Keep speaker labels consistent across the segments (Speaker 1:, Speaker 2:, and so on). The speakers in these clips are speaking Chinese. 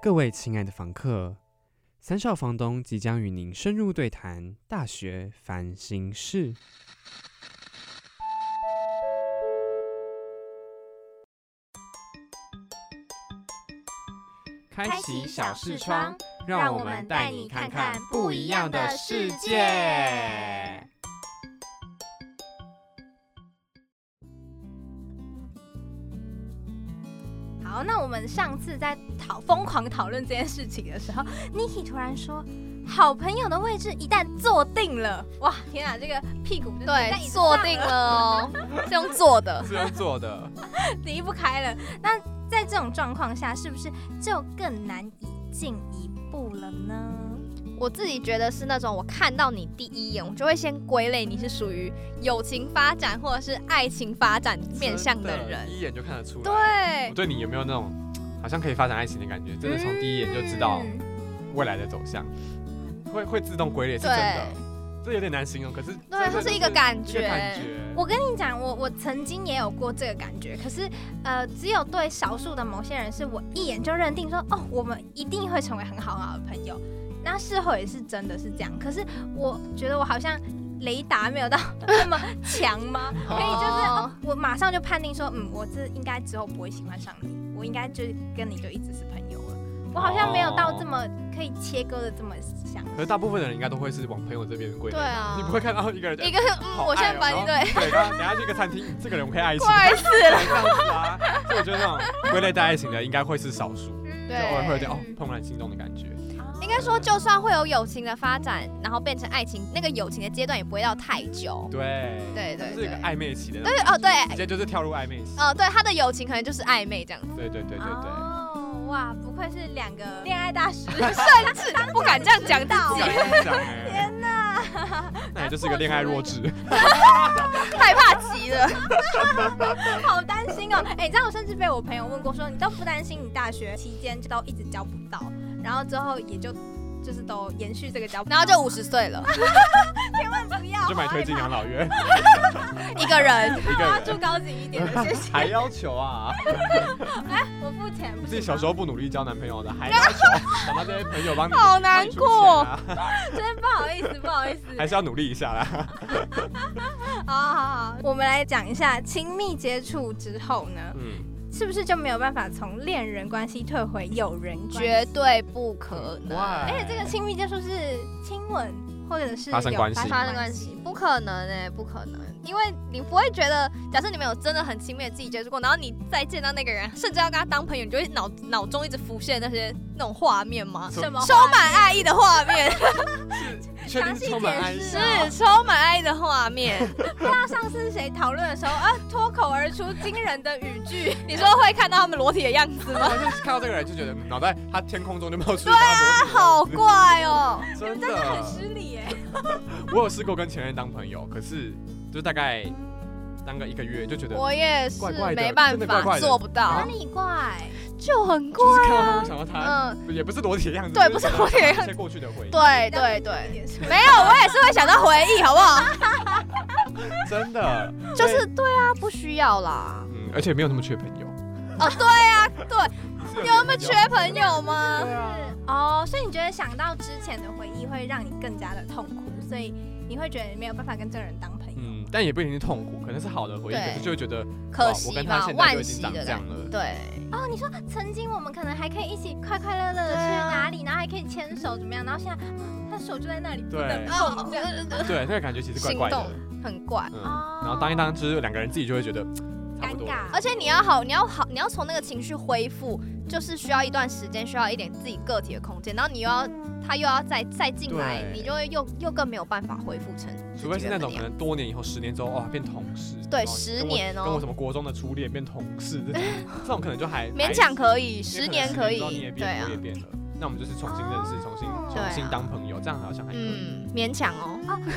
Speaker 1: 各位亲爱的房客，三少房东即将与您深入对谈大学烦心事。开
Speaker 2: 开启小视窗，让我们带你看看不一样的世 界。好，那我们上次在讨疯狂讨论这件事情的时候，Niki 突然说，好朋友的位置一旦坐定了，哇，天啊，这个屁股就在椅
Speaker 3: 对，
Speaker 2: 子
Speaker 3: 坐
Speaker 2: 上
Speaker 3: 定了哦，是用坐的。
Speaker 1: 是用做的，
Speaker 2: 离不开了。那在这种状况下，是不是就更难以进一步了呢？
Speaker 3: 我自己觉得是那种我看到你第一眼，我就会先归类你是属于友情发展或者是爱情发展面向的人。
Speaker 1: 一眼就看得出来。我
Speaker 3: 对，
Speaker 1: 对你有没有那种好像可以发展爱情的感觉？真的从第一眼就知道
Speaker 2: 嗯
Speaker 1: 未来的走向，会会自动归类，是真的。这有点难形容，可是
Speaker 3: 对，
Speaker 1: 这
Speaker 3: 这是一个感
Speaker 1: 一个
Speaker 3: 觉。
Speaker 1: 感觉。
Speaker 2: 我跟你讲，我我曾经也有过这个感觉，可是呃，只有对少数的某些人，是我一眼就认定说，哦，我们一定会成为很好很好的朋友。那事后也是真的是这样，可是我觉得我好像雷达没有到那么强 吗？可以就是、哦
Speaker 3: 哦、
Speaker 2: 我马上就判定说，嗯，我这应该之后不会喜欢上你，我应该就是跟你就一直是朋友了。我好像没有到这么可以切割的这么想。
Speaker 1: 可是大部分的人应该都会是往朋友这边归类。
Speaker 3: 对啊
Speaker 1: 你不会看到一个人就
Speaker 3: 一个，嗯，我现在把你对，
Speaker 1: 对，然后等下去一个餐厅，这个人我可以爱情，
Speaker 3: 怪
Speaker 1: 死了，这样子啊。所以我觉得那种归类带爱情的应该会是少数，
Speaker 2: 嗯
Speaker 3: 对
Speaker 1: 就偶尔会有点哦
Speaker 2: 嗯
Speaker 1: 怦然心动的感觉。
Speaker 3: 应该说就算会有友情的发展，然后变成爱情，那个友情的阶段也不会到太久。
Speaker 1: 对，
Speaker 3: 对对
Speaker 1: 就是一
Speaker 3: 对
Speaker 1: 个，暧昧期的那种，
Speaker 3: 对哦对，
Speaker 1: 直接就是跳入暧昧期。
Speaker 3: 哦对，他的友情可能就是暧昧这样子，
Speaker 1: 对对对对对，
Speaker 2: 哦，哇，不愧是两个恋爱 大师，
Speaker 3: 甚至不敢这样讲到
Speaker 1: 不，敢想 哎，天哪， 那也就是一个恋爱弱智。
Speaker 3: 害怕极了。
Speaker 2: 好担心哦。 哎、你知道我甚至被我朋友问过说，你都不担心你大学期间就都一直交不到，然后之后也就就是都延续这个 交不到，
Speaker 3: 然后就五十岁了，
Speaker 2: 不要
Speaker 1: 就买推进
Speaker 2: 好害
Speaker 1: 养老 院，
Speaker 3: 一个人。
Speaker 1: 一个
Speaker 2: 怕住
Speaker 1: 人
Speaker 2: 高级一点 的，谢谢，
Speaker 1: 还要求啊！
Speaker 2: 我付钱。
Speaker 1: 你自己
Speaker 2: 不行吗
Speaker 1: 小时候不努力交男朋友的， 还要求想到这些朋友帮你，
Speaker 3: 好难过
Speaker 1: 帮你出钱啊，
Speaker 2: 真不好意思，不好意思。
Speaker 1: 还是要努力一下啦。
Speaker 2: 好好好，我们来讲一下亲密接触之后呢，
Speaker 1: 嗯，
Speaker 2: 是不是就没有办法从恋人关系退回友人关系？
Speaker 3: 绝对不可
Speaker 1: 嗯
Speaker 3: 能，
Speaker 1: 哇，
Speaker 2: 而且哎这个亲密接触是亲吻或者是
Speaker 1: 发生
Speaker 2: 有
Speaker 1: 关系
Speaker 3: 发生关系不可能哎、不可能，因为你不会觉得，假设你们有真的很亲密的自己接触过，然后你再见到那个人，甚至要跟他当朋友，你就会脑脑中一直浮现那些那种画 面吗？
Speaker 2: 什么
Speaker 3: 充满爱意的画面，
Speaker 1: 你确 定是充满爱
Speaker 2: 详细
Speaker 1: 心
Speaker 2: 解释啊
Speaker 1: 吗？
Speaker 3: 是充满爱意的画面。
Speaker 2: 那啊上次谁讨论的时候啊，脱口而出惊人的语句，
Speaker 3: 你说会看到他们裸体的样 子吗？
Speaker 1: 我就是看到这个人就觉得嗯脑袋他天空中就冒出一大波
Speaker 3: 好怪哦、
Speaker 1: 子，真
Speaker 2: 啊真的很
Speaker 1: 的。啊
Speaker 2: 失礼哎。
Speaker 1: 我有试过跟前任当朋友，可是就大概当个一个月就觉得，
Speaker 3: 我也是
Speaker 1: 怪怪的
Speaker 3: 没办
Speaker 1: 真的怪
Speaker 3: 法
Speaker 1: 怪的啊
Speaker 3: 做不
Speaker 2: 哪
Speaker 3: 到，
Speaker 2: 里怪？
Speaker 3: 就很怪
Speaker 1: 就是看到他
Speaker 3: 啊
Speaker 1: 就。想到他，
Speaker 3: 嗯，
Speaker 1: 也不是裸体的样子，
Speaker 3: 对
Speaker 1: 就是想到
Speaker 3: 不是裸体的样子
Speaker 1: 一些过去的回忆，
Speaker 3: 对对对。，没有，我也是会想到回忆，好不好？
Speaker 1: 真的
Speaker 3: 就是对啊，不需要啦。
Speaker 1: 嗯，而且没有那么缺朋友。
Speaker 3: 哦，对啊，对，
Speaker 1: 是
Speaker 3: 有
Speaker 1: 点
Speaker 3: 那么缺朋友吗？
Speaker 1: 对啊，
Speaker 2: 哦，所以你觉得想到之前的回忆会让你更加的痛苦，所以你会觉得你没有办法跟这个人当朋友。
Speaker 1: 嗯，但也不一定是痛苦，可能是好的回忆，
Speaker 3: 对
Speaker 1: 可是就会觉得
Speaker 3: 可
Speaker 1: 哇我
Speaker 3: 惜
Speaker 1: 跟他
Speaker 3: 吧，
Speaker 1: 现在就
Speaker 3: 惋
Speaker 1: 已经
Speaker 3: 惜
Speaker 1: 长
Speaker 3: 的
Speaker 1: 这
Speaker 3: 感
Speaker 1: 样了
Speaker 3: 觉。。对，
Speaker 2: 哦，你说曾经我们可能还可以一起快快乐乐的去
Speaker 3: 对啊
Speaker 2: 哪里，然后还可以牵手怎么样，然后现在、嗯他手就在那里不
Speaker 1: 对
Speaker 2: 能
Speaker 3: 哦
Speaker 2: 碰，这样。
Speaker 1: 对，那个感觉其实怪怪的
Speaker 3: 心。很怪。
Speaker 1: 嗯，
Speaker 2: 哦
Speaker 1: 然后当一当之后，两个人自己就会觉得差不多了
Speaker 2: 尴尬
Speaker 3: 而且你要好，你要好，你要从那个情绪恢复，就是需要一段时间，需要一点自己个体的空间，然后你又要他又要再再进来，
Speaker 1: 对
Speaker 3: 你就会又又更没有办法恢复成自己
Speaker 1: 除非是那
Speaker 3: 原本
Speaker 1: 种
Speaker 3: 的
Speaker 1: 可
Speaker 3: 样子。
Speaker 1: 能多年以后，十年之后，哇，变同事。
Speaker 3: 对，
Speaker 1: 然后
Speaker 3: 十
Speaker 1: 跟我
Speaker 3: 年
Speaker 1: 跟我
Speaker 3: 哦，
Speaker 1: 什么国中的初恋变同事，这种这种可能就还
Speaker 3: 勉强
Speaker 1: 以。
Speaker 3: 可以，
Speaker 1: 因为
Speaker 3: 十
Speaker 1: 可能
Speaker 3: 年可以
Speaker 1: 之后你也，
Speaker 3: 对
Speaker 1: 变，
Speaker 3: 啊
Speaker 1: 我，也变了。那我们就是重新认识，重新
Speaker 2: 哦
Speaker 1: 重
Speaker 3: 对
Speaker 1: 新
Speaker 3: 啊
Speaker 1: 当朋友，这样好像还可以。
Speaker 3: 嗯，勉强哦。
Speaker 2: 哦，你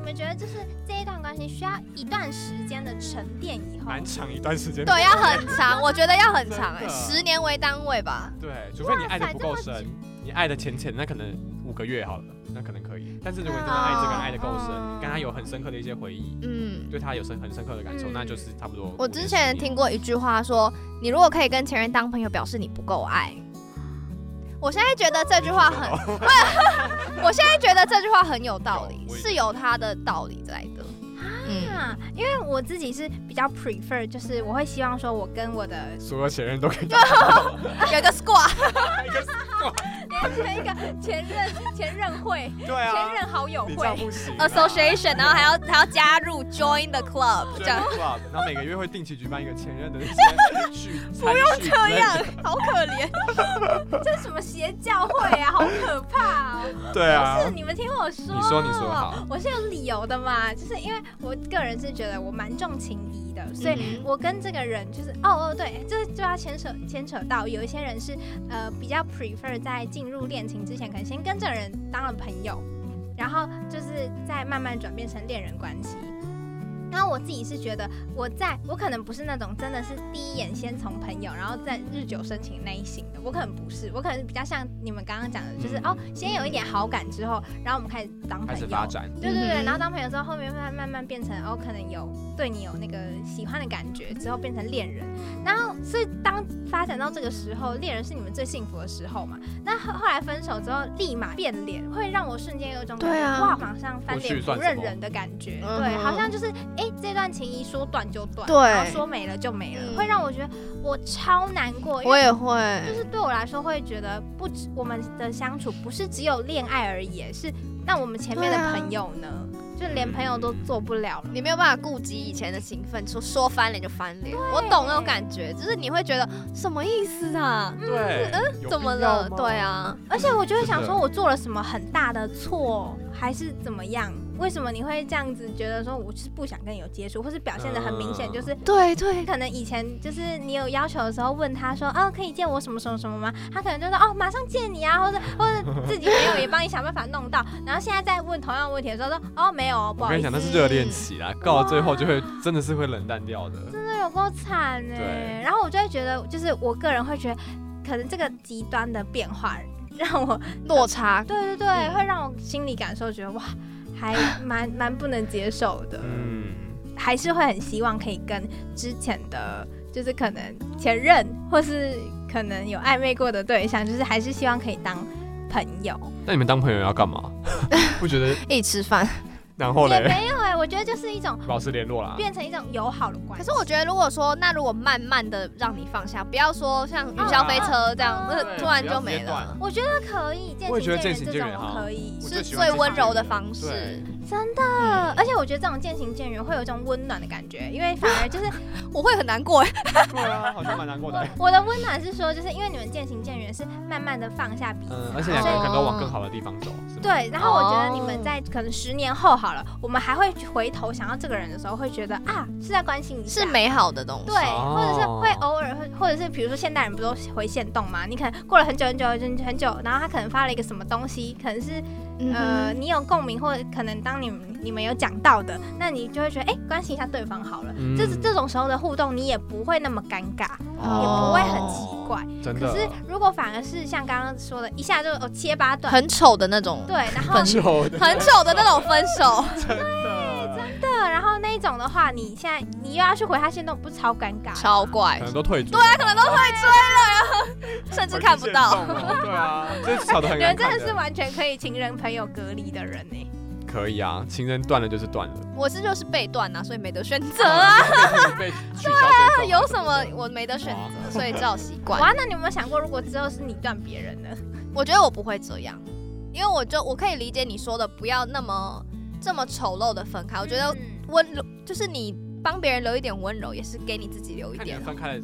Speaker 2: 你们觉得就是这一段关系需要一段时间的沉淀以后，
Speaker 1: 蛮长一段时间。
Speaker 3: 对，要啊很长，我觉得要很长、
Speaker 1: 真
Speaker 3: 哎，
Speaker 1: 的
Speaker 3: 十年为单位吧。
Speaker 1: 对，除非你爱的
Speaker 2: 塞
Speaker 1: 不
Speaker 2: 这
Speaker 1: 够
Speaker 2: 么
Speaker 1: 深，你爱的浅浅，那可能五个月好了，那可能可以。但是如果你真
Speaker 3: 哦
Speaker 1: 的爱这个人爱的够深，跟他有很深刻的一些回忆，
Speaker 3: 嗯，
Speaker 1: 对他有深很深刻的感受，
Speaker 2: 嗯
Speaker 1: 那就是差不多。
Speaker 3: 我之前听，过一句话说，你如果可以跟前任当朋友，表示你不够爱。我现在觉得这句话很， 我现在觉得这句话很有道理，
Speaker 1: 哦有我也
Speaker 3: 是有它的道理在的。嗯，
Speaker 2: 啊，因为我自己是比较 prefer，就是我会希望说我跟我的
Speaker 1: 所有前任都可以
Speaker 3: 有一个 squad，
Speaker 1: 打一个
Speaker 2: 连成一个前任前任会、
Speaker 1: 对啊
Speaker 2: 前，任好友
Speaker 1: 你这样
Speaker 2: 会，
Speaker 1: 不行啊。
Speaker 3: association，然后还要还要加入 join the club，这
Speaker 1: 这
Speaker 3: 样
Speaker 1: 样 club，然后每个月会定期举办一个前任的一些 聚，不用这
Speaker 3: 这样。好可怜。
Speaker 2: 这是什么邪教会啊？好可怕哦！
Speaker 1: 对啊
Speaker 2: 不，是，你们听我说，
Speaker 1: 你说你说好，
Speaker 2: 我是有理由的嘛，就是因为我个人是觉得我蛮重情义的，所以
Speaker 3: 嗯
Speaker 2: 我跟这个人就是哦哦对，这就要牵扯牵扯到有一些人是呃比较 prefer 在进入恋情之前，可能先跟这个人当了朋友，然后就是再慢慢转变成恋人关系。然后我自己是觉得，我在我可能不是那种真的是第一眼先从朋友，然后再日久生情那一型的，我可能不是，我可能比较像你们刚刚讲的，就是、
Speaker 1: 嗯
Speaker 2: 哦，先有一点好感之后，然后我们开始当
Speaker 1: 开
Speaker 2: 朋
Speaker 1: 始
Speaker 2: 友，
Speaker 1: 发展，
Speaker 2: 对对对，
Speaker 3: 嗯
Speaker 2: 然后当朋友之后，后面慢慢慢变成哦，可能有对你有那个喜欢的感觉，之后变成恋人，然后所以当发展到这个时候，恋人是你们最幸福的时候嘛。那后后来分手之后，立马变脸，会让我瞬间有一种感觉
Speaker 3: 对啊
Speaker 2: 哇，马上翻
Speaker 1: 过去
Speaker 2: 脸
Speaker 1: 算
Speaker 2: 不
Speaker 1: 什么
Speaker 2: 认人的感觉，
Speaker 3: 嗯
Speaker 2: 对，
Speaker 3: 哼
Speaker 2: 好像就是哎、这段情谊说断就断，
Speaker 3: 对
Speaker 2: 然后说没了就没了，
Speaker 3: 嗯
Speaker 2: 会让我觉得我超难过，因为
Speaker 3: 我也会，
Speaker 2: 就是对我来说，会觉得不止我们的相处不是只有恋爱而已，是那我们前面的
Speaker 3: 对啊
Speaker 2: 朋友呢，就连朋友都做不了了。
Speaker 1: 嗯
Speaker 3: 你没有办法顾及以前的情分，说说翻脸就翻脸。我懂那种感觉，就是你会觉得什么意思啊？
Speaker 1: 嗯对，有
Speaker 3: 怎么
Speaker 1: 必要
Speaker 3: 了？
Speaker 1: 吗
Speaker 3: 对，啊，
Speaker 2: 嗯而且我就会想
Speaker 1: 真
Speaker 2: 说，
Speaker 1: 的
Speaker 2: 我做了什么很大的错，还是怎么样？为什么你会这样子觉得说我就是不想跟你有接触，或是表现的很明显，
Speaker 1: 嗯
Speaker 2: 就是
Speaker 3: 对对
Speaker 2: 可能以前就是你有要求的时候问他说，哦，可以见我什么什么什么吗？他可能就说，哦，马上见你啊，或者或者自己没有也帮你想办法弄到。然后现在再问同样的问题的时候说，哦，没有哦，不
Speaker 1: 我
Speaker 2: 好
Speaker 1: 跟你
Speaker 2: 意
Speaker 1: 讲，。
Speaker 2: 思
Speaker 1: 那是热恋期啦，到了最后就会真的是会冷淡掉的。
Speaker 2: 真的有够惨哎！
Speaker 1: 对
Speaker 2: 然后我就会觉得，就是我个人会觉得，可能这个极端的变化让我，。
Speaker 3: 落差
Speaker 2: 对对对，
Speaker 3: 嗯
Speaker 2: 会让我心里感受觉得哇， 还蛮蛮不能接受的，
Speaker 1: 嗯，
Speaker 2: 还是会很希望可以跟之前的，就是可能前任或是可能有暧昧过的对象，就是还是希望可以当朋友。
Speaker 1: 那你们当朋友要干嘛？不觉得？
Speaker 3: 一起吃饭，
Speaker 1: 然后
Speaker 2: 也
Speaker 1: 嘞，
Speaker 2: 没有哎、我觉得就是一种
Speaker 1: 保持联络啦。
Speaker 2: 变成一种友好的关
Speaker 3: 可
Speaker 2: 系。
Speaker 3: 是我觉得，如果说那如果慢慢的让你放下，不要说像云霄飞车这样，
Speaker 2: 嗯
Speaker 3: 那
Speaker 1: 对
Speaker 3: 呃
Speaker 1: 啊
Speaker 3: 突然
Speaker 1: 不要
Speaker 3: 就
Speaker 1: 直接
Speaker 3: 没了
Speaker 1: 断，
Speaker 2: 我觉得可以，
Speaker 1: 我也觉得渐
Speaker 2: 见行
Speaker 1: 行
Speaker 2: 这
Speaker 1: 渐
Speaker 2: 种
Speaker 1: 远
Speaker 2: 我
Speaker 1: 哈
Speaker 2: 可以。
Speaker 1: 我
Speaker 3: 是
Speaker 1: 最喜欢
Speaker 3: 最温柔
Speaker 1: 这
Speaker 3: 的
Speaker 1: 种
Speaker 3: 方式。
Speaker 1: 对
Speaker 2: 真的，
Speaker 3: 嗯
Speaker 2: 呃而且我觉得这种渐行渐远会有一种温暖的感觉，因为反而就是
Speaker 3: 我会很难过哎。
Speaker 1: 对啊，好像蛮难过的。
Speaker 2: 我的温暖是说，就是因为你们渐行渐远是慢慢的放下彼此，
Speaker 1: 嗯，而且两个
Speaker 2: 然后所
Speaker 1: 人
Speaker 2: 以
Speaker 1: 可能都往更好的地方走，是吗？
Speaker 2: 对，啊然后我觉得
Speaker 3: 哦
Speaker 2: 你们在可能十年后好了，我们还会回头想到这个人的时候，会觉得啊是在关心一下
Speaker 3: 是美好的东西。
Speaker 2: 对，或者是会偶尔会，或者是比如说现代人不都回线动嘛？你可能过了很久很久很久很久，然后他可能发了一个什么东西，可能是
Speaker 3: 嗯
Speaker 2: 呃，
Speaker 3: 哼，
Speaker 2: 你有共鸣，或者可能当你们你们有讲到的，那你就会觉得，哎、关心一下对方好了。
Speaker 1: 嗯
Speaker 2: 这这种时候的互动，你也不会那么尴尬，也不
Speaker 1: 哦
Speaker 2: 会很奇怪。
Speaker 1: 真
Speaker 2: 可
Speaker 3: 哦
Speaker 1: 的。
Speaker 2: 是如果反而是像刚刚说的，一下就哦切八段，
Speaker 3: 很丑的那种，
Speaker 2: 对，然后
Speaker 3: 分
Speaker 2: 对，
Speaker 1: 久的，
Speaker 3: 很丑的那种分手。
Speaker 1: 真的，
Speaker 2: 然后那一种的话，你现在你又要去回他行动，不是超尴尬？
Speaker 3: 超怪
Speaker 1: 可，能都退追，对啊，可能都
Speaker 3: 甚至看不到。
Speaker 1: 对啊，这吵得很
Speaker 2: 你
Speaker 1: 难
Speaker 2: 们
Speaker 1: 看
Speaker 2: 真的是完全可以情人朋友隔离的人呢、欸
Speaker 1: 可以啊，情人断了就是断了，
Speaker 3: 我是就是被断啊，所以没得选择
Speaker 1: 嗯
Speaker 3: 啊。
Speaker 1: 被取消这一种
Speaker 3: 有什么我没得选
Speaker 1: 嗯
Speaker 3: 择，所以只好习惯。
Speaker 2: 哇，那你有没有想过，如果之后是你断别人呢？
Speaker 3: 我觉得我不会这样，因为我就我可以理解你说的，不要那么这么丑陋的分开。我觉得
Speaker 2: 嗯
Speaker 3: 温柔就是你帮别人留一点温柔，也是给你自己留一
Speaker 1: 看你
Speaker 3: 点
Speaker 1: 们，分开的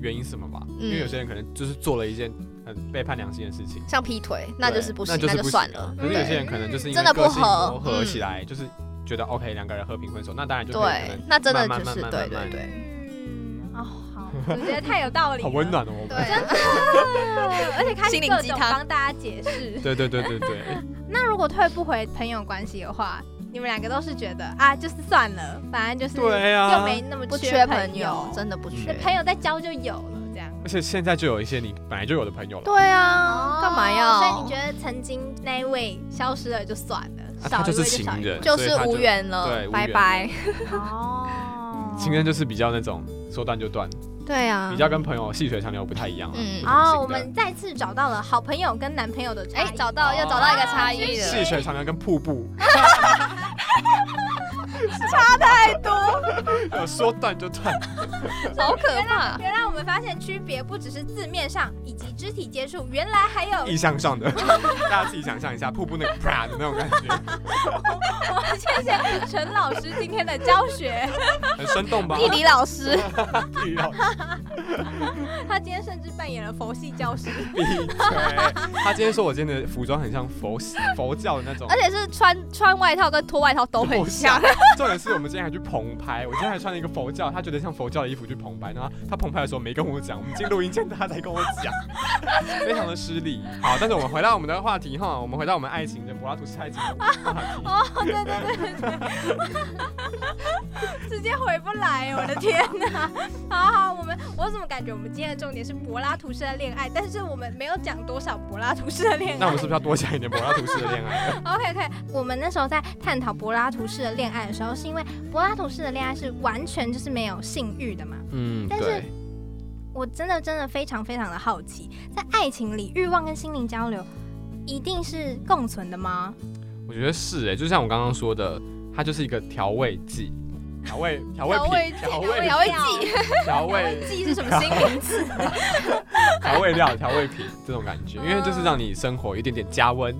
Speaker 1: 原因是什么吧，
Speaker 3: 嗯
Speaker 1: 因为有些人可能就是做了一件很背叛良心的事情，
Speaker 3: 像劈腿那就是不行，
Speaker 1: 对那
Speaker 3: 就
Speaker 1: 不
Speaker 3: 算
Speaker 1: 啊
Speaker 3: 了。
Speaker 1: 可是有些人可能就是因
Speaker 3: 真
Speaker 1: 为
Speaker 3: 的不
Speaker 1: 个性
Speaker 3: 合
Speaker 1: 磨合
Speaker 3: 嗯
Speaker 1: 起来，就是觉得 OK，两个人和平分手，那当然就可以可
Speaker 3: 对
Speaker 1: 能，
Speaker 3: 那真的
Speaker 1: 慢慢
Speaker 3: 就是
Speaker 1: 慢慢
Speaker 3: 对
Speaker 1: 慢
Speaker 3: 对
Speaker 1: 慢
Speaker 3: 对。
Speaker 2: 嗯，哦，好，我觉得太有道 理，
Speaker 1: 好温。暖哦，我们
Speaker 3: 对，
Speaker 2: 而且开始
Speaker 3: 心灵
Speaker 2: 各
Speaker 3: 鸡
Speaker 2: 种
Speaker 3: 汤
Speaker 2: 帮大家解释。
Speaker 1: 对对对对 对，
Speaker 2: 那如果退不回朋友关系的话，你们两个都是觉得啊，就是算了，反正就是
Speaker 1: 对啊
Speaker 2: 又没那么
Speaker 3: 不缺
Speaker 2: 缺
Speaker 3: 朋友
Speaker 2: 友，，
Speaker 3: 真的不缺
Speaker 2: 那。朋友再交就有了，这样。
Speaker 1: 而且现在就有一些你本来就有的朋友了，
Speaker 3: 对啊，干嘛
Speaker 2: 哦
Speaker 3: 要？
Speaker 2: 所以你觉得曾经那一位消失了就算了，
Speaker 1: 啊他
Speaker 2: 少一位
Speaker 1: 就是
Speaker 2: 少一
Speaker 1: 情
Speaker 2: 位
Speaker 1: 人，
Speaker 3: 就
Speaker 1: 所以
Speaker 3: 是
Speaker 1: 他
Speaker 3: 无缘了，
Speaker 1: 对无
Speaker 3: 拜
Speaker 1: 缘
Speaker 3: 拜。
Speaker 2: 哦，
Speaker 1: 情人就是比较那种说断就断，
Speaker 3: 对啊
Speaker 1: 比，较跟朋友细水长流不太一样啊。
Speaker 3: 嗯
Speaker 1: 不同
Speaker 2: 哦，
Speaker 1: 型
Speaker 2: 我
Speaker 1: 的
Speaker 2: 们再次找到了好朋友跟男朋友的差
Speaker 3: 哎、
Speaker 2: 异。
Speaker 3: 找
Speaker 1: 哦
Speaker 3: 到又找到一个差异
Speaker 1: 细
Speaker 3: 了，
Speaker 1: 水长流跟瀑布
Speaker 3: 太多，
Speaker 1: 有说断就断，
Speaker 3: 好可怕。
Speaker 2: 原来我们发现区别不只是字面上以及肢体接触，原来还有
Speaker 1: 意向上 的，大家自己想象一下瀑布那个啪的那种感觉，
Speaker 2: 我们谢谢陈老师今天的教学，
Speaker 1: 很生动吧？
Speaker 3: 地理老师，
Speaker 1: 地理老师，
Speaker 2: 他今天甚至扮演了佛系教师。
Speaker 1: 闭 嘴！他今天说我今天的服装很像佛佛教的那种
Speaker 3: 而。且是穿穿外套跟脱外套都很像。
Speaker 1: 重点是我们今天还去棚拍，我今天还穿了一个佛教，他觉得像佛教的衣服去棚拍，然后他棚拍的时候没跟我讲，我们进录音间他才跟我讲， 非常的失礼。好，但是我们回到我们的话题哈，我们回到我们爱情的柏拉图式爱情的话题。
Speaker 2: 哦，对对对 对，直接回不来，我的天哪！ 好好，我们我怎么感觉我们今天的重点是柏拉图式的恋爱，但是我们没有讲多少柏拉图式的恋爱。
Speaker 1: 那 我们是不是要多讲一点柏拉图式的恋爱？
Speaker 2: OK OK，我们那时候在探讨柏拉图式的恋爱的时候，是因为柏拉图式的恋爱是完全就是没有性欲的嘛。
Speaker 1: 嗯，
Speaker 2: 但是对。我真的真的非常非常的好奇，在爱情里，欲望跟心灵交流一定是共存的吗？
Speaker 1: 我觉得是哎、就像我刚刚说的，它就是一个调味剂，调味调味品，调味
Speaker 3: 调味剂，
Speaker 1: 调味
Speaker 2: 记忆是什么新名词？
Speaker 1: 调味料、调味品这种感 觉，因为就是让你生活有一点点加温，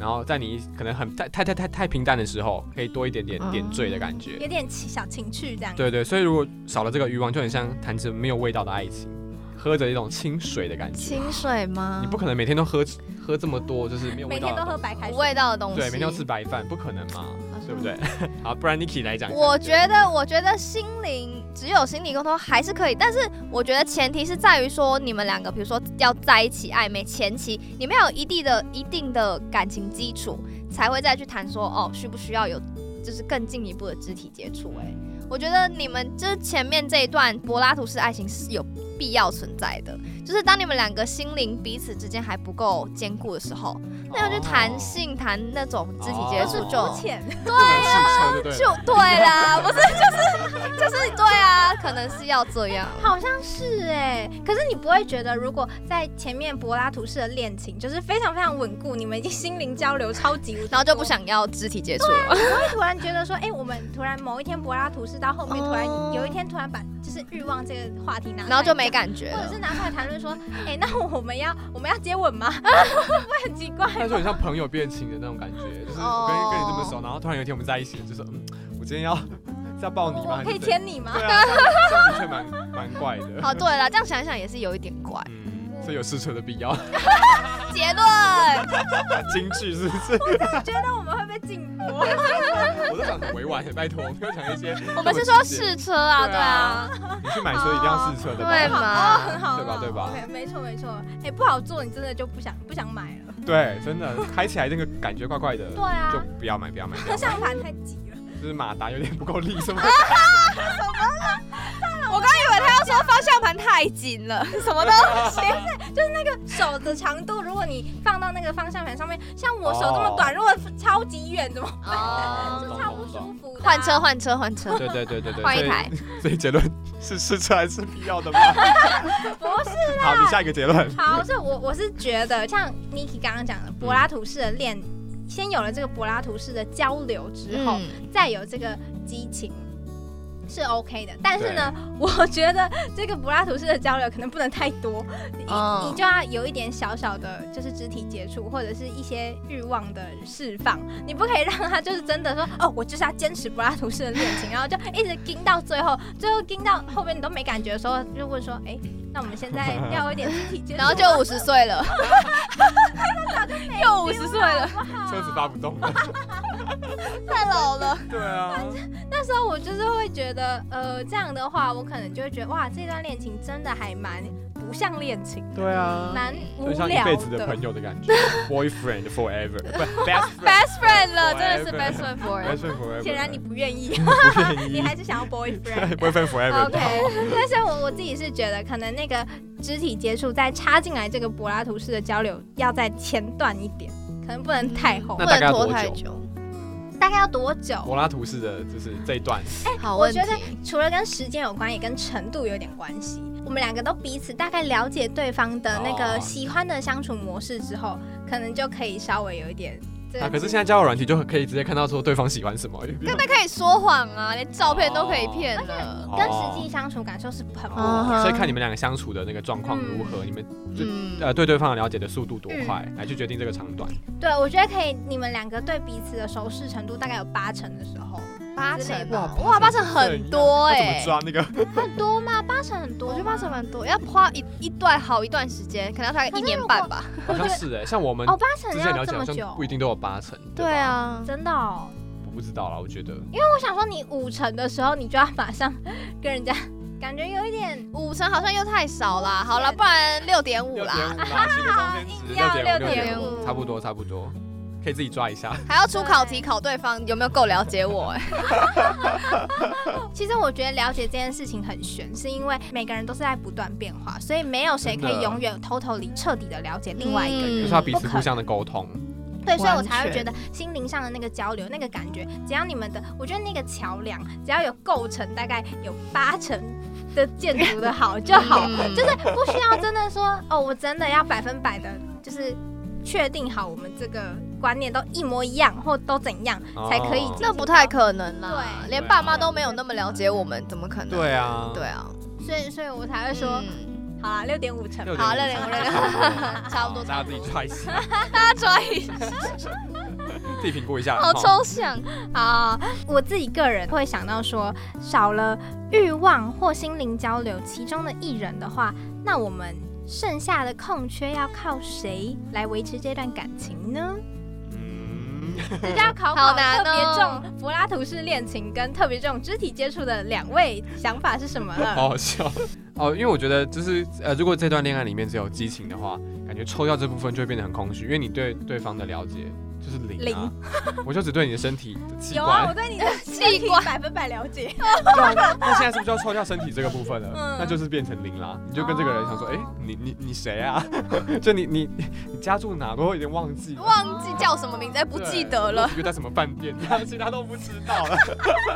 Speaker 1: 然后在你可能很太太太太太平淡的时候，可以多一点点点缀的感
Speaker 3: 嗯
Speaker 1: 觉。
Speaker 2: 有点小情趣这样。
Speaker 1: 对对，所以如果少了这个欲望，就很像谈着没有味道的爱情，喝着一种清水的感觉。
Speaker 3: 清水吗
Speaker 1: 你不可能每天都喝喝这么多，就是没有味
Speaker 2: 每
Speaker 1: 道
Speaker 2: 天
Speaker 1: 的
Speaker 2: 都
Speaker 1: 东
Speaker 2: 喝
Speaker 1: 西。
Speaker 2: 白开
Speaker 3: 无
Speaker 2: 水。
Speaker 3: 味道的东西。
Speaker 1: 对，每天都吃白饭，不可能嘛，
Speaker 3: 好像
Speaker 1: 对不对？ 好，不然 Niki 来讲一下。
Speaker 3: 嗯我觉得，我觉得心灵只有心理沟通还是可以，但是我觉得前提是在于说，你们两个比如说要在一起暧昧前期，你们要有一定的一定的感情基础，才会再去谈说哦，需不需要有就是更进一步的肢体接触、哎，我觉得你们就是前面这一段柏拉图式爱情是有必要存在的，就是当你们两个心灵彼此之间还不够坚固的时候，那要去谈性、谈那种肢体接触
Speaker 1: 哦
Speaker 3: 就。
Speaker 2: 肤浅，
Speaker 1: 对啊，对
Speaker 3: 就对啦，不是就是就是对啊，可能是要这样。
Speaker 2: 好像是哎。可是你不会觉得，如果在前面柏拉图式的恋情就是非常非常稳固，你们已经心灵交流超级无敌多，
Speaker 3: 然后就不想要肢体接触了，
Speaker 2: 会突然觉得说，哎、我们突然某一天柏拉图式到后面，突然、
Speaker 3: 哦
Speaker 2: 有一天突然把就是欲望这个话题拿出来，
Speaker 3: 然后就没感觉
Speaker 2: 或者
Speaker 3: 了
Speaker 2: 是。拿出来谈论说，哎、那我们要我们要接吻
Speaker 1: 哦
Speaker 2: 吗？会不会很奇 怪？
Speaker 1: 那就很像朋友变亲的那种感觉，就是我跟
Speaker 3: 哦
Speaker 1: 跟你这么熟，然后突然有一天我们在一起，就是嗯，我今天要 是要抱你
Speaker 3: 哦
Speaker 1: 吗？
Speaker 2: 我可
Speaker 1: 还
Speaker 2: 以
Speaker 1: 是怎样
Speaker 2: 牵你吗？
Speaker 1: 对啊，这样的确蛮蛮怪的。
Speaker 3: 哦好，对啦，这样想一想也是有一点怪。
Speaker 1: 嗯，所以有试车的必 要，
Speaker 3: 结论，
Speaker 1: 京剧是不是？
Speaker 2: 觉得我们会被禁播？
Speaker 1: 我都想很委婉，拜托，我没有讲一些。
Speaker 3: 我们是说，试车啊，对啊，
Speaker 1: 你去买车一定要试车的
Speaker 3: 对
Speaker 1: 吧？
Speaker 2: 哦，
Speaker 3: 嘛
Speaker 2: 很？ 好，
Speaker 1: 对吧
Speaker 2: 很好
Speaker 1: 对吧
Speaker 2: ？OK，没错没错。哎、不好做，你真的就不想不想买了。
Speaker 1: 对，真的开起来那个感觉怪怪的，
Speaker 2: 对啊
Speaker 1: 就不要买，不要买，不要买
Speaker 2: 上盘太挤了。
Speaker 1: 就是马达有点不够力，是 吗？啊
Speaker 3: 我刚以为他要说方向盘太紧了，什么东西？
Speaker 2: 手的长度，如果你放到那个方向盘上面，像我手这
Speaker 1: 哦
Speaker 2: 么短，如果超级远，怎么
Speaker 3: 哦
Speaker 2: 就 超不舒服的啊、
Speaker 3: 换车，换车，换车，
Speaker 1: 对对对对对，
Speaker 3: 换一
Speaker 1: 所以
Speaker 3: 台。
Speaker 1: 所以 结论是试车还是必要 的吗？
Speaker 2: 不是。
Speaker 1: 好，你下一个结论。
Speaker 2: 好，是我我是觉得，像 Niki 刚刚讲的，柏拉图式的恋，先有了这个柏拉图式的交流之后，
Speaker 3: 嗯，
Speaker 2: 再有这个激情。是 OK 的，但是呢，我觉得这个柏拉图式的交流可能不能太多，你、
Speaker 3: 哦
Speaker 1: 嗯
Speaker 2: 你就要有一点小小的，就是肢体接触或者是一些欲望的释放，你不可以让他就是真的说哦，我就是要坚持柏拉图式的恋情，然后就一直盯到最后，最后盯到后面你都没感觉的时候，就问说，哎、那我们现在要有一点肢体 接触吗，
Speaker 3: 然后就五十岁 了，又五十岁了，
Speaker 1: 车子发不 动了。
Speaker 3: 太老了。
Speaker 1: 对啊，
Speaker 2: 那时候我就是会觉得，呃，这样的话，我可能就会觉得，哇，这段恋情真的还蛮不像恋情，
Speaker 1: 对啊
Speaker 2: 蛮无
Speaker 1: 就像一
Speaker 2: 聊
Speaker 1: 辈子的朋友的 感觉，boyfriend forever，不 best friend
Speaker 3: best friend 了，真的
Speaker 1: Forever
Speaker 3: 是 best friend forever。
Speaker 1: best friend forever。
Speaker 2: 显然你不愿意，
Speaker 1: 不愿意，
Speaker 2: 你还是啊想要 boyfriend。
Speaker 1: 对 boyfriend forever。
Speaker 2: OK，但 是我我自己是觉得，可能那个肢体接触再插进来这个柏拉图式的交流，要在前段一点，可能不能太后
Speaker 1: 那。
Speaker 3: 不
Speaker 1: 大
Speaker 3: 能
Speaker 1: 概要
Speaker 3: 拖
Speaker 1: 多
Speaker 3: 太
Speaker 1: 久
Speaker 3: 久？
Speaker 2: 嗯大概要多久？
Speaker 1: 柏拉图式的就是这一段，
Speaker 3: 好
Speaker 2: 我
Speaker 3: 问
Speaker 2: 觉得
Speaker 3: 题
Speaker 2: 除了跟时间有关，也跟程度有点关系。我们两个都彼此大概了解对方的那
Speaker 1: 哦
Speaker 2: 个喜欢的相处模式之后，可能就可以稍微有一点这个。
Speaker 1: 啊，可是现在交友软体就可以直接看到说对方喜欢什么，因为
Speaker 3: 那可以说谎啊，连照片都可以骗了。
Speaker 2: 呃跟实际相处感受是很不一
Speaker 3: 哦
Speaker 2: 样。
Speaker 1: 所以看你们两个相处的那个状况如何，你们就
Speaker 3: 嗯，
Speaker 1: 呃对对方的了解的速度多快，
Speaker 2: 嗯
Speaker 1: 来去决定这个长短。
Speaker 2: 对，我觉得可以，你们两个对彼此的熟识程度大概有八成的时候，
Speaker 3: 八
Speaker 2: 之类
Speaker 3: 成
Speaker 2: 的
Speaker 3: 啊哇，八成很多
Speaker 2: 欸
Speaker 1: 那
Speaker 3: 哎
Speaker 1: 怎么。抓那个？
Speaker 2: 很多吗？八成很多，
Speaker 3: 我觉得八成。蛮多，要花一一段好一段时间，可能要大概一年半吧。
Speaker 1: 好像是哎，像我们
Speaker 2: 哦，八成
Speaker 1: 之前
Speaker 2: 要
Speaker 1: 了解
Speaker 2: 这么
Speaker 1: 好
Speaker 2: 久
Speaker 1: 像，不一定都有八成。
Speaker 3: 对，啊，
Speaker 2: 真的哦。
Speaker 1: 我不知道啦，我觉得
Speaker 2: 那我想说，你五成的时候，你就要马上跟人家，感觉有一点
Speaker 3: 五成好像又太少啦。好了，不然六点五
Speaker 1: 六点
Speaker 3: 啦，
Speaker 1: 五啦，七个中间 值，
Speaker 2: 要
Speaker 1: 六点五，
Speaker 3: 点
Speaker 1: 六
Speaker 3: 五嗯
Speaker 1: 差不多差不多，可以自己抓一下。
Speaker 3: 还要出考题考对方有没有够了解我。 哎，
Speaker 2: 其实我觉得了解这件事情很悬，是因为每个人都是在不断变化，所以没有谁可
Speaker 1: 真
Speaker 2: 以
Speaker 1: 的
Speaker 2: 永远 totally 彻底的了解另外一个人。
Speaker 1: 就是要彼此互相的沟通，
Speaker 2: 对，所以我
Speaker 3: 嗯完
Speaker 2: 才会觉
Speaker 3: 全
Speaker 2: 得心灵上的那个交流、那个感觉，只要你们的，我觉得那个桥梁只要有构成大概有八成的建筑的好就好，
Speaker 3: 嗯
Speaker 2: 就是不需要真的说哦，我真的要百分百的，就是确定好我们这个观念都一模一样或都怎样才可以
Speaker 1: 哦
Speaker 2: 进行
Speaker 3: 那不太可能啦，
Speaker 2: 对
Speaker 3: 连爸妈都没有那么了解我们，怎么可能？
Speaker 1: 对啊，
Speaker 3: 对啊，
Speaker 2: 到，所以所以我才会说，
Speaker 3: 嗯
Speaker 2: 好啦，六点五成
Speaker 1: 6.5
Speaker 2: 吧，
Speaker 3: 好六点五六点五差不多
Speaker 1: 大家自己抓一下，
Speaker 3: 大家抓一下，
Speaker 1: 自己评估一下。
Speaker 3: 好
Speaker 1: 哈
Speaker 3: 抽象。
Speaker 2: 啊，我自己个人会想到说，少了欲望或心灵交流其中的一人的话，那我们剩下的空缺要靠谁来维持这段感情呢？
Speaker 1: 嗯，
Speaker 2: 这就要考考
Speaker 3: 好难
Speaker 2: 特
Speaker 3: 哦
Speaker 2: 别重柏拉图式恋情跟特别重肢体接触的两位想法是什么了？
Speaker 1: 好好笑哦，因为我觉得就是呃，如果这段恋爱里面只有激情的话，感觉抽掉这部分就会变得很空虚，因为你对对方的了解就是零啊，我就只对你的身体的器
Speaker 2: 有啊，
Speaker 1: 官，
Speaker 2: 我对你的
Speaker 3: 器
Speaker 2: 器
Speaker 3: 官
Speaker 2: 官百分百了解，
Speaker 1: 对啊那现在是不是就要抽掉身体这个部分了？
Speaker 2: 嗯
Speaker 1: 那就是变成零啦，你就跟这个人想说，哎、
Speaker 3: 哦
Speaker 1: 你你你谁啊？ 就你你你家住哪？我已经忘记了。
Speaker 3: 忘记叫什么名字，不记得了。
Speaker 1: 对，约在什么饭店，其他都不知道了，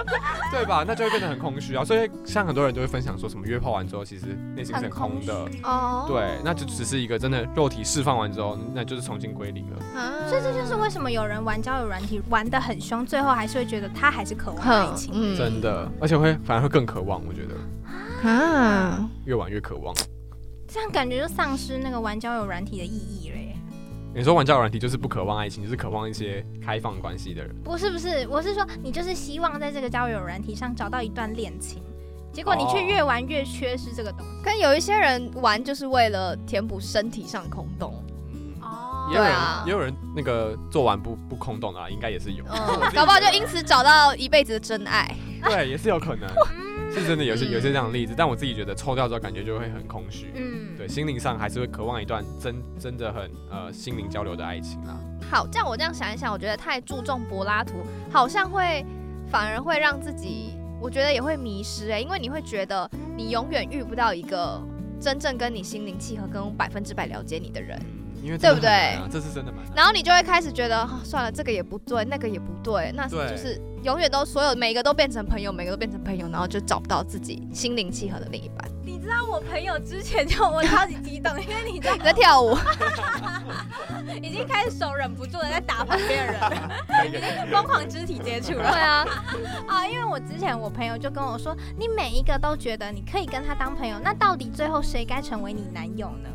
Speaker 1: 对吧？那就会变得很空虚啊。所以像很多人就会分享说什么约炮完之后，其实内心是很空的。
Speaker 3: 哦，
Speaker 1: 对，那就只是一个真的肉体释放完之后，那就是重新归零了。
Speaker 3: 啊
Speaker 2: 所以这就是为什么有人玩交友软体玩得很凶，最后还是会觉得他还是渴望爱
Speaker 3: 哼
Speaker 2: 情。
Speaker 3: 嗯
Speaker 1: 真的，而且会反而会更渴望，我觉得
Speaker 3: 啊，
Speaker 1: 越玩越渴望。
Speaker 2: 这样感觉就丧失那个玩交友软体的意义了耶。
Speaker 1: 你说玩交友软体就是不渴望爱情，就是渴望一些开放关系的人。
Speaker 2: 不是不是，我是说你就是希望在这个交友软体上找到一段恋情，结果你却
Speaker 1: 哦
Speaker 2: 越玩越缺失这个东西。
Speaker 3: 跟有一些人玩就是为了填补身体上空洞，
Speaker 2: 哦
Speaker 1: 也有人、
Speaker 3: 对啊
Speaker 1: 也有人那个做完不不空洞的、啊，应该也是有。
Speaker 3: 嗯，搞不好就因此找到一辈子的真爱。
Speaker 1: 对，也是有 可能，是真的有些
Speaker 3: 嗯
Speaker 1: 有些这样的例子，但我自己觉得抽掉之后感觉就会很空虚。
Speaker 2: 嗯，
Speaker 1: 对，心灵上还是会渴望一段真真的很呃心灵交流的爱情啦。
Speaker 3: 好，这样我这样想一想，我觉得太注重柏拉图，好像会反而会让自己，我觉得也会迷失哎、因为你会觉得你永远遇不到一个真正跟你心灵契合、跟百分之百了解你的人。
Speaker 1: 嗯，因为
Speaker 3: 对不
Speaker 1: 真的很难啊？这是真的蛮难。
Speaker 3: 然后你就会开始觉得、啊算了，这个也不对，那个也不对，那
Speaker 1: 对。
Speaker 3: 就是永远都所有每个都变成朋友，每个都变成朋友，然后就找不到自己心灵契合的另一半。
Speaker 2: 你知道我朋友之前就我超级激动，因为你知 道
Speaker 3: 你在跳舞，
Speaker 2: 已经开始手忍不住的在打旁边的人了，已经疯狂肢体接触
Speaker 3: 对
Speaker 2: 了
Speaker 3: 啊，
Speaker 2: 啊！因为我之前我朋友就跟我说，你每一个都觉得你可以跟他当朋友，那到底最后谁该成为你男友呢？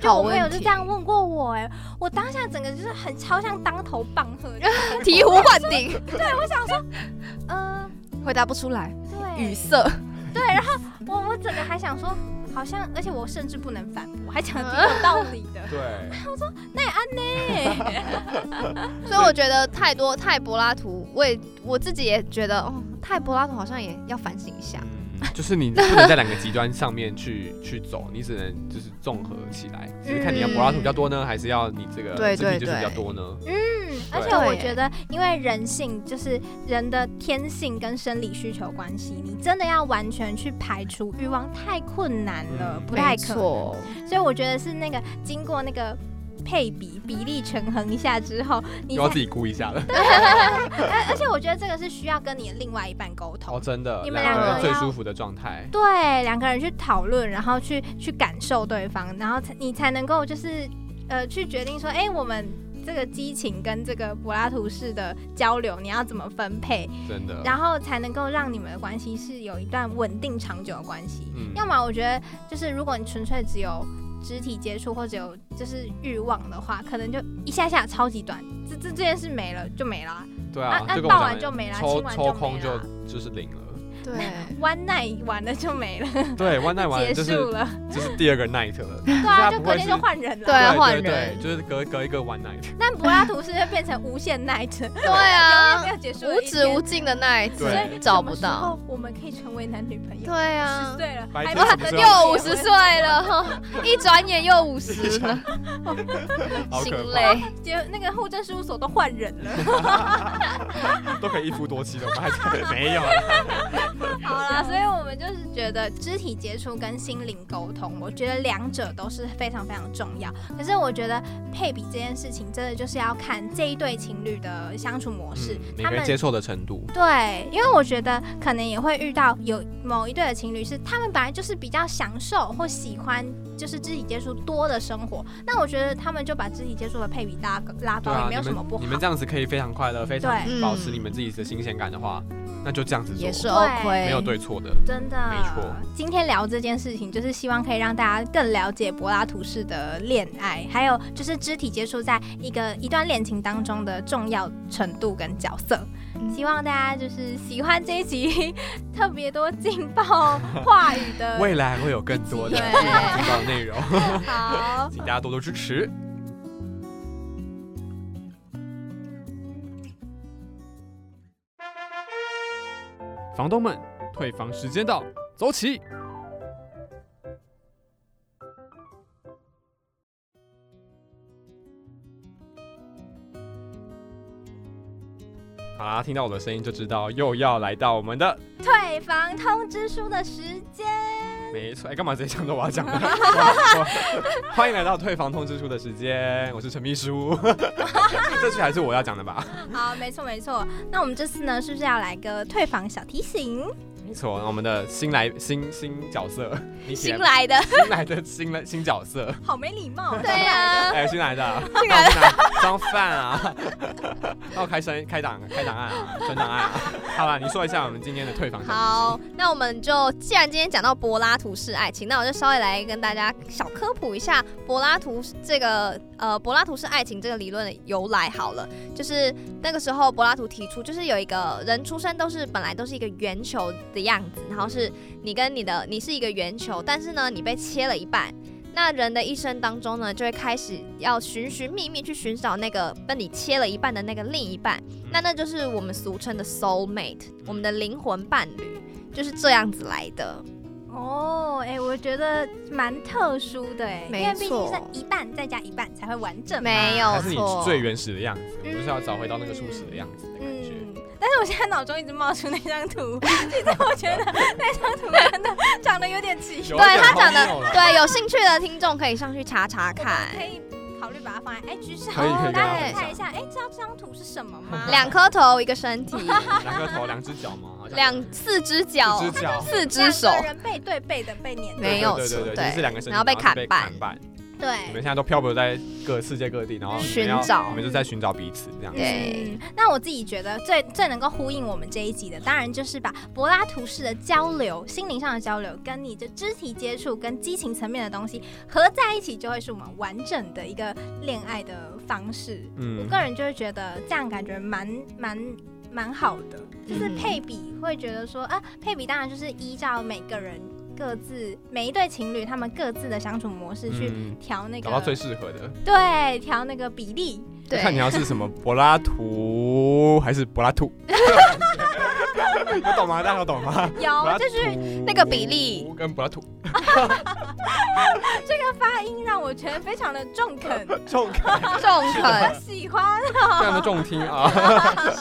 Speaker 2: 就
Speaker 3: 好
Speaker 2: 我朋友
Speaker 3: 问
Speaker 2: 就
Speaker 3: 题
Speaker 2: 这样问过我、哎，我当下整个就是很超像当头棒喝的，
Speaker 3: 醍醐灌顶，
Speaker 2: 嗯，
Speaker 3: 回答不出来，
Speaker 2: 对，
Speaker 3: 语塞。
Speaker 2: 我我整个还想说，好像，而且我甚至不能反驳，还讲的挺有道理的
Speaker 1: 对，
Speaker 2: 对，
Speaker 3: 所以我觉得太多太柏拉图，我也我自己也觉得，哦，太柏拉图好像也要反省一下。
Speaker 1: 嗯，就是你不能在两个极端上面去去走，你只能就是综合起来，只是看你要柏拉图比较多呢，还是要你这个
Speaker 3: 嗯对
Speaker 1: 肢体
Speaker 3: 对
Speaker 1: 就是比较
Speaker 3: 对
Speaker 1: 多呢？
Speaker 2: 嗯，而且我觉得，因为人性就是人的天性跟生理需求关系，你真的要完全去排除欲望太困难了，
Speaker 1: 嗯
Speaker 2: 不太
Speaker 3: 没
Speaker 2: 可能。
Speaker 3: 错
Speaker 2: 所以我觉得是那个经过那个配比比例权衡一下之后，你
Speaker 1: 又要
Speaker 2: 才
Speaker 3: 啊
Speaker 1: 自己估一下了。
Speaker 2: 而而且我觉得这个是需要跟你的另外一半沟通
Speaker 1: 哦，。真的，
Speaker 2: 你们
Speaker 1: 两个
Speaker 2: 两
Speaker 1: 人
Speaker 2: 个
Speaker 1: 最
Speaker 2: 要
Speaker 1: 舒服的状态。
Speaker 2: 对，两个人去讨论，然后去去感受对方，然后才你才能够就是呃去决定说，哎，我们这个激情跟这个柏拉图式的交流，你要怎么分配，
Speaker 1: 真的。
Speaker 2: 然后才能够让你们的关系是有一段稳定长久的关系。
Speaker 1: 嗯
Speaker 2: 要么我觉得就是如果你纯粹只有肢体接触或者有就是欲望的话，可能就一下下超级短，这这这件事没了就没了啊、
Speaker 1: 对
Speaker 2: 啊
Speaker 1: 啊，
Speaker 2: 啊
Speaker 1: 就跟我
Speaker 2: 抱
Speaker 1: 讲
Speaker 2: 完
Speaker 1: 的
Speaker 2: 就没啦
Speaker 1: 抽
Speaker 2: 亲完
Speaker 1: 抽
Speaker 2: 就
Speaker 1: 空
Speaker 2: 没
Speaker 1: 就
Speaker 2: 啦
Speaker 1: 就是零 了。
Speaker 4: 对，
Speaker 2: ，one night 完了就没了，
Speaker 1: 对，完那完
Speaker 2: 结
Speaker 1: 就是
Speaker 2: 束 了，
Speaker 1: 就是第二个 night 了。
Speaker 2: 对
Speaker 1: 它
Speaker 2: 啊，就
Speaker 1: 不
Speaker 2: 隔
Speaker 1: 会
Speaker 2: 天
Speaker 1: 是
Speaker 2: 就换人了。
Speaker 3: 对啊换
Speaker 1: 对对，
Speaker 3: 人
Speaker 1: 就是隔隔一个 one night。
Speaker 2: 但柏拉图式就变成无限 night，
Speaker 3: 对 啊
Speaker 2: 没，有结束的
Speaker 3: 无
Speaker 2: 一
Speaker 3: 止
Speaker 2: 天，
Speaker 3: 无尽的那一次
Speaker 1: 对
Speaker 2: 所以
Speaker 3: 找
Speaker 2: 什么
Speaker 3: 不
Speaker 2: 时
Speaker 3: 到。
Speaker 2: 候我们可以成为男女朋友。
Speaker 3: 对
Speaker 2: 十
Speaker 3: 啊，
Speaker 2: 岁了，
Speaker 1: 白
Speaker 2: 还
Speaker 1: 天
Speaker 2: 没有
Speaker 1: 什么时候
Speaker 2: 到
Speaker 3: 又五十
Speaker 2: 结婚
Speaker 3: 岁了， 一转眼又五十了，
Speaker 1: 好
Speaker 3: 心
Speaker 1: 可
Speaker 3: 累。
Speaker 2: 结那个户政事务所都换人了。
Speaker 1: 都可以一夫多妻了，我们还 是没有啊啦。
Speaker 2: 好 啦，所以我们就是觉得肢体接触跟心灵沟通，我觉得两者都是非常非常重要。可是我觉得配比这件事情，真的就是要看这一对情侣的相处模式
Speaker 1: 嗯，每
Speaker 2: 他
Speaker 1: 个
Speaker 2: 们
Speaker 1: 人接受的程度。
Speaker 2: 对，因为我觉得可能也会遇到有某一对的情侣是，他们本来就是比较享受或喜欢就是肢体接触多的生活，那我觉得他们就把肢体接触的配比拉拉
Speaker 1: 对
Speaker 2: 高，哦也
Speaker 1: 啊，
Speaker 2: 没有
Speaker 1: 你
Speaker 2: 什么不
Speaker 1: 们
Speaker 2: 好。
Speaker 1: 你们这样子可以非常快乐，非常
Speaker 2: 对嗯
Speaker 3: 嗯
Speaker 1: 保持你们自己的新鲜感的话，那就这样子做
Speaker 3: 也，是
Speaker 2: 对
Speaker 3: OK，
Speaker 1: 没有对错的。
Speaker 2: 真的，
Speaker 1: 没错。
Speaker 2: 今天聊这件事情，就是希望可以让大家更了解柏拉图式的恋爱，还有就是肢体接触在一个一段恋情当中的重要程度跟角 色。
Speaker 3: 嗯
Speaker 2: 希望大家就是喜欢这一集 特别多劲爆话语的。
Speaker 1: 未来会有更多的
Speaker 2: 对
Speaker 1: 情报内容，
Speaker 2: 好，
Speaker 1: 请大家多多支持。房东们，退房时间到，走起！好啦，听到我的声音就知道又要来到我们的
Speaker 2: 退房通知书的时间，
Speaker 1: 没错，哎、干嘛直接讲到我要讲的？ 我欢迎来到退房通知书的时间，我是陈秘 书。这句还是我要讲的吧？
Speaker 2: 好，没错没错。那我们这次呢，是不是要来个退房小提醒？
Speaker 1: 没错，我们的新来新新角色，你写
Speaker 3: 新来的，
Speaker 1: 新来的新来新角色，
Speaker 2: 好没礼貌。啊
Speaker 3: 对呀、
Speaker 1: 哎、新来的啊，
Speaker 3: 新来
Speaker 1: 的装饭啊，那我开声开档开档案啊，存档案啊。好啦，你说一下我们今天的退房小提醒
Speaker 3: 好，那我们就既然今天讲到柏拉图式爱情，那我就稍微来跟大家小科普一下柏拉图这个呃柏拉图式爱情这个理论的由来好了。就是那个时候柏拉图提出，就是有一个人出生都是本来都是一个圆球的样子，然后是你跟你的你是一个圆球，但是呢你被切了一半。那人的一生当中呢，就会开始要寻寻觅觅去寻找那个被你切了一半的那个另一半，那那就是我们俗称的 soul mate，我们的灵魂伴侣，就是这样子来的。
Speaker 2: 哦，哎、我觉觉得蛮特殊的哎，因
Speaker 3: 没
Speaker 2: 为毕竟
Speaker 3: 错
Speaker 2: 是一半再加一半才会完整嘛。
Speaker 3: 没有
Speaker 1: 还是你
Speaker 3: 错嗯
Speaker 1: 最原始的样子，我们就是要找回到那个初始的样子的感觉。
Speaker 2: 嗯，但是我现在脑中一直冒出那张图，其实我觉得那张图真的长得有点奇
Speaker 1: 有
Speaker 2: 怪，
Speaker 1: 点
Speaker 3: 对他讲
Speaker 1: 荒谬啦
Speaker 3: 的，对有兴趣的听众可以上去查查看。
Speaker 2: 可以考虑把它放在 IG 上，
Speaker 1: 可以可以
Speaker 2: 大家
Speaker 3: 可以
Speaker 2: 可以看一下，哎、知道这张图是什么吗？
Speaker 3: 两颗头，一个身体，
Speaker 1: 两个头，两只脚嘛，好像
Speaker 3: 两四只脚
Speaker 1: 四，只脚，
Speaker 3: 四
Speaker 2: 两
Speaker 3: 只手
Speaker 2: 个，人背对背的被碾
Speaker 3: 没有
Speaker 1: 对对
Speaker 3: 错
Speaker 1: 对对，
Speaker 3: 对
Speaker 1: 就是两个身体
Speaker 3: 然后被
Speaker 1: 就
Speaker 3: 砍
Speaker 1: 砍
Speaker 3: 半
Speaker 1: 半。你们
Speaker 2: 对。
Speaker 1: 现在都漂泊在各世界各地，然后你们要
Speaker 3: 寻找
Speaker 1: 你们就在寻找彼此这样子。
Speaker 3: 对
Speaker 2: 嗯，那我自己觉得最最能够呼应我们这一集的，当然就是把柏拉图式的交流、心灵上的交流，跟你的肢体接触、跟激情层面的东西合在一起，就会是我们完整的一个恋爱的方式。我
Speaker 1: 嗯，
Speaker 2: 个人就会觉得这样感觉蛮蛮蛮好的，就是
Speaker 3: 嗯
Speaker 2: 配比会觉得说啊，配比当然就是依照每个人各自每一对情侣他们各自的相处模式去
Speaker 1: 嗯
Speaker 2: 调那个、
Speaker 1: 找到最适合的。
Speaker 2: 对调那个比例，
Speaker 3: 对，
Speaker 1: 看你要是什么柏拉图还是柏拉图， 有懂吗？大家有懂吗？柏拉
Speaker 2: 有
Speaker 1: 图
Speaker 2: 就是
Speaker 3: 那个比例
Speaker 1: 跟柏拉图
Speaker 2: 发音让我觉得非常的中肯，
Speaker 1: 重看，
Speaker 3: 中
Speaker 2: 我
Speaker 3: 肯，
Speaker 2: 喜欢
Speaker 1: 非常的重听啊，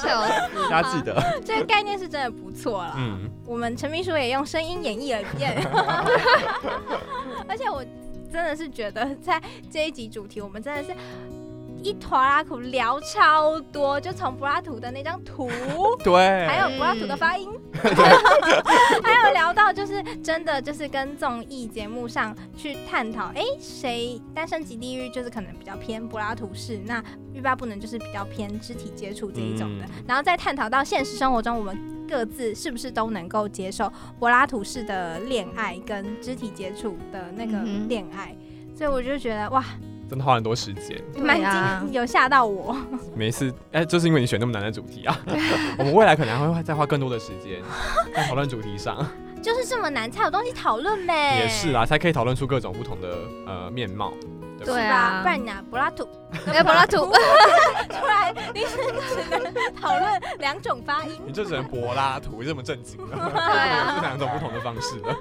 Speaker 3: 笑死
Speaker 1: 大家记得。
Speaker 2: 这个概念是真的不错了。
Speaker 1: 嗯，
Speaker 2: 我们陈秘书也用声音演绎了一遍，而且我。真的是觉得在这一集主题，我们真的是一坨拉苦聊超多，就从柏拉图的那张图，
Speaker 1: 对，
Speaker 2: 还有柏拉图的发音， 还有聊到就是真的就是跟综艺节目上去探讨，哎，谁单身级地狱就是可能比较偏柏拉图式，那欲罢不能就是比较偏肢体接触这一种的，
Speaker 1: 嗯
Speaker 2: 然后再探讨到现实生活中我们。各自是不是都能够接受柏拉图式的恋爱跟肢体接触的那个
Speaker 3: 嗯哼
Speaker 2: 恋爱？所以我就觉得哇，
Speaker 1: 真的花很多时间。
Speaker 2: 蛮
Speaker 3: 对
Speaker 2: 惊、
Speaker 3: 啊
Speaker 2: 有吓到我。
Speaker 1: 每一次，哎、就是因为你选那么难的主题啊，我们未来可能还会再花更多的时间在讨论主题上，
Speaker 2: 就是这么难才有东西讨论呗。
Speaker 1: 也是
Speaker 3: 哎
Speaker 1: 啊，才可以讨论出各种不同的呃面貌。
Speaker 2: 是吧，
Speaker 3: 对啊
Speaker 2: 不然你拿柏拉图，
Speaker 3: 哎柏拉 图
Speaker 2: 出来，你是只能讨论两种发音。
Speaker 1: 你就只能柏拉图这么正经了，
Speaker 3: 对啊
Speaker 1: 这两种不同的方 式了，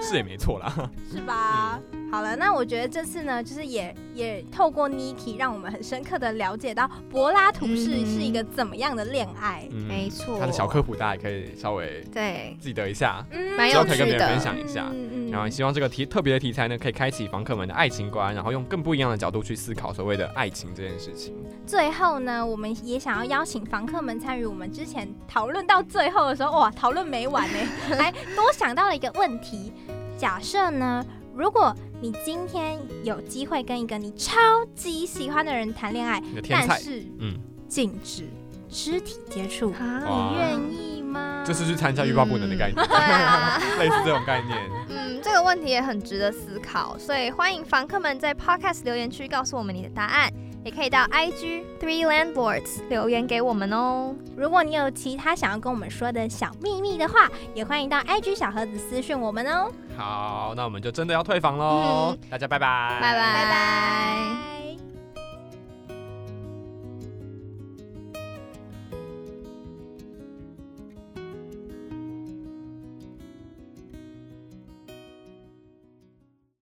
Speaker 1: 是也没错啦。
Speaker 2: 是吧？
Speaker 1: 嗯
Speaker 2: 好了，那我觉得这次呢，就是也也透过 Niki，让我们很深刻的了解到柏拉图式
Speaker 3: 嗯
Speaker 2: 是一个怎么样的恋爱。
Speaker 1: 嗯
Speaker 3: 没错
Speaker 1: 他的小科普大家也可以稍微
Speaker 3: 对，
Speaker 1: 记得一下，
Speaker 2: 嗯
Speaker 3: 蛮
Speaker 1: 希望
Speaker 3: 有
Speaker 1: 可以
Speaker 3: 趣
Speaker 1: 跟别人分
Speaker 3: 的。
Speaker 1: 享一下。
Speaker 2: 嗯
Speaker 1: 然后也希望这个题特别的题材呢，可以开启房客们的爱情观，然后用更不一样的角度去思考所谓的爱情这件事情。
Speaker 2: 最后呢，我们也想要邀请房客们参与我们之前讨论到最后的时候，哇，讨论没 完呢，还多想到了一个问题。假设呢，如果你今天有机会跟一个你超级喜欢的人谈恋爱，
Speaker 1: 你的天
Speaker 2: 但
Speaker 1: 菜，
Speaker 2: 是
Speaker 1: 嗯，
Speaker 2: 禁止肢体接触，
Speaker 1: 哇
Speaker 2: 你愿意吗？
Speaker 1: 就是去参加欲罢不能的 概念，
Speaker 3: 对啊，
Speaker 1: 类似这种概念。
Speaker 3: 嗯，这个问题也很值得思考，所以欢迎房客们在 Podcast 留言区告诉我们你的答案，也可以到 IG Three Landlords 留言给我们哦。
Speaker 2: 如果你有其他想要跟我们说的小秘密的话，也欢迎到 IG 小盒子私讯我们哦。
Speaker 1: 好，那我们就真的要退房喽，大家拜拜，
Speaker 3: 嗯拜拜
Speaker 2: 拜拜。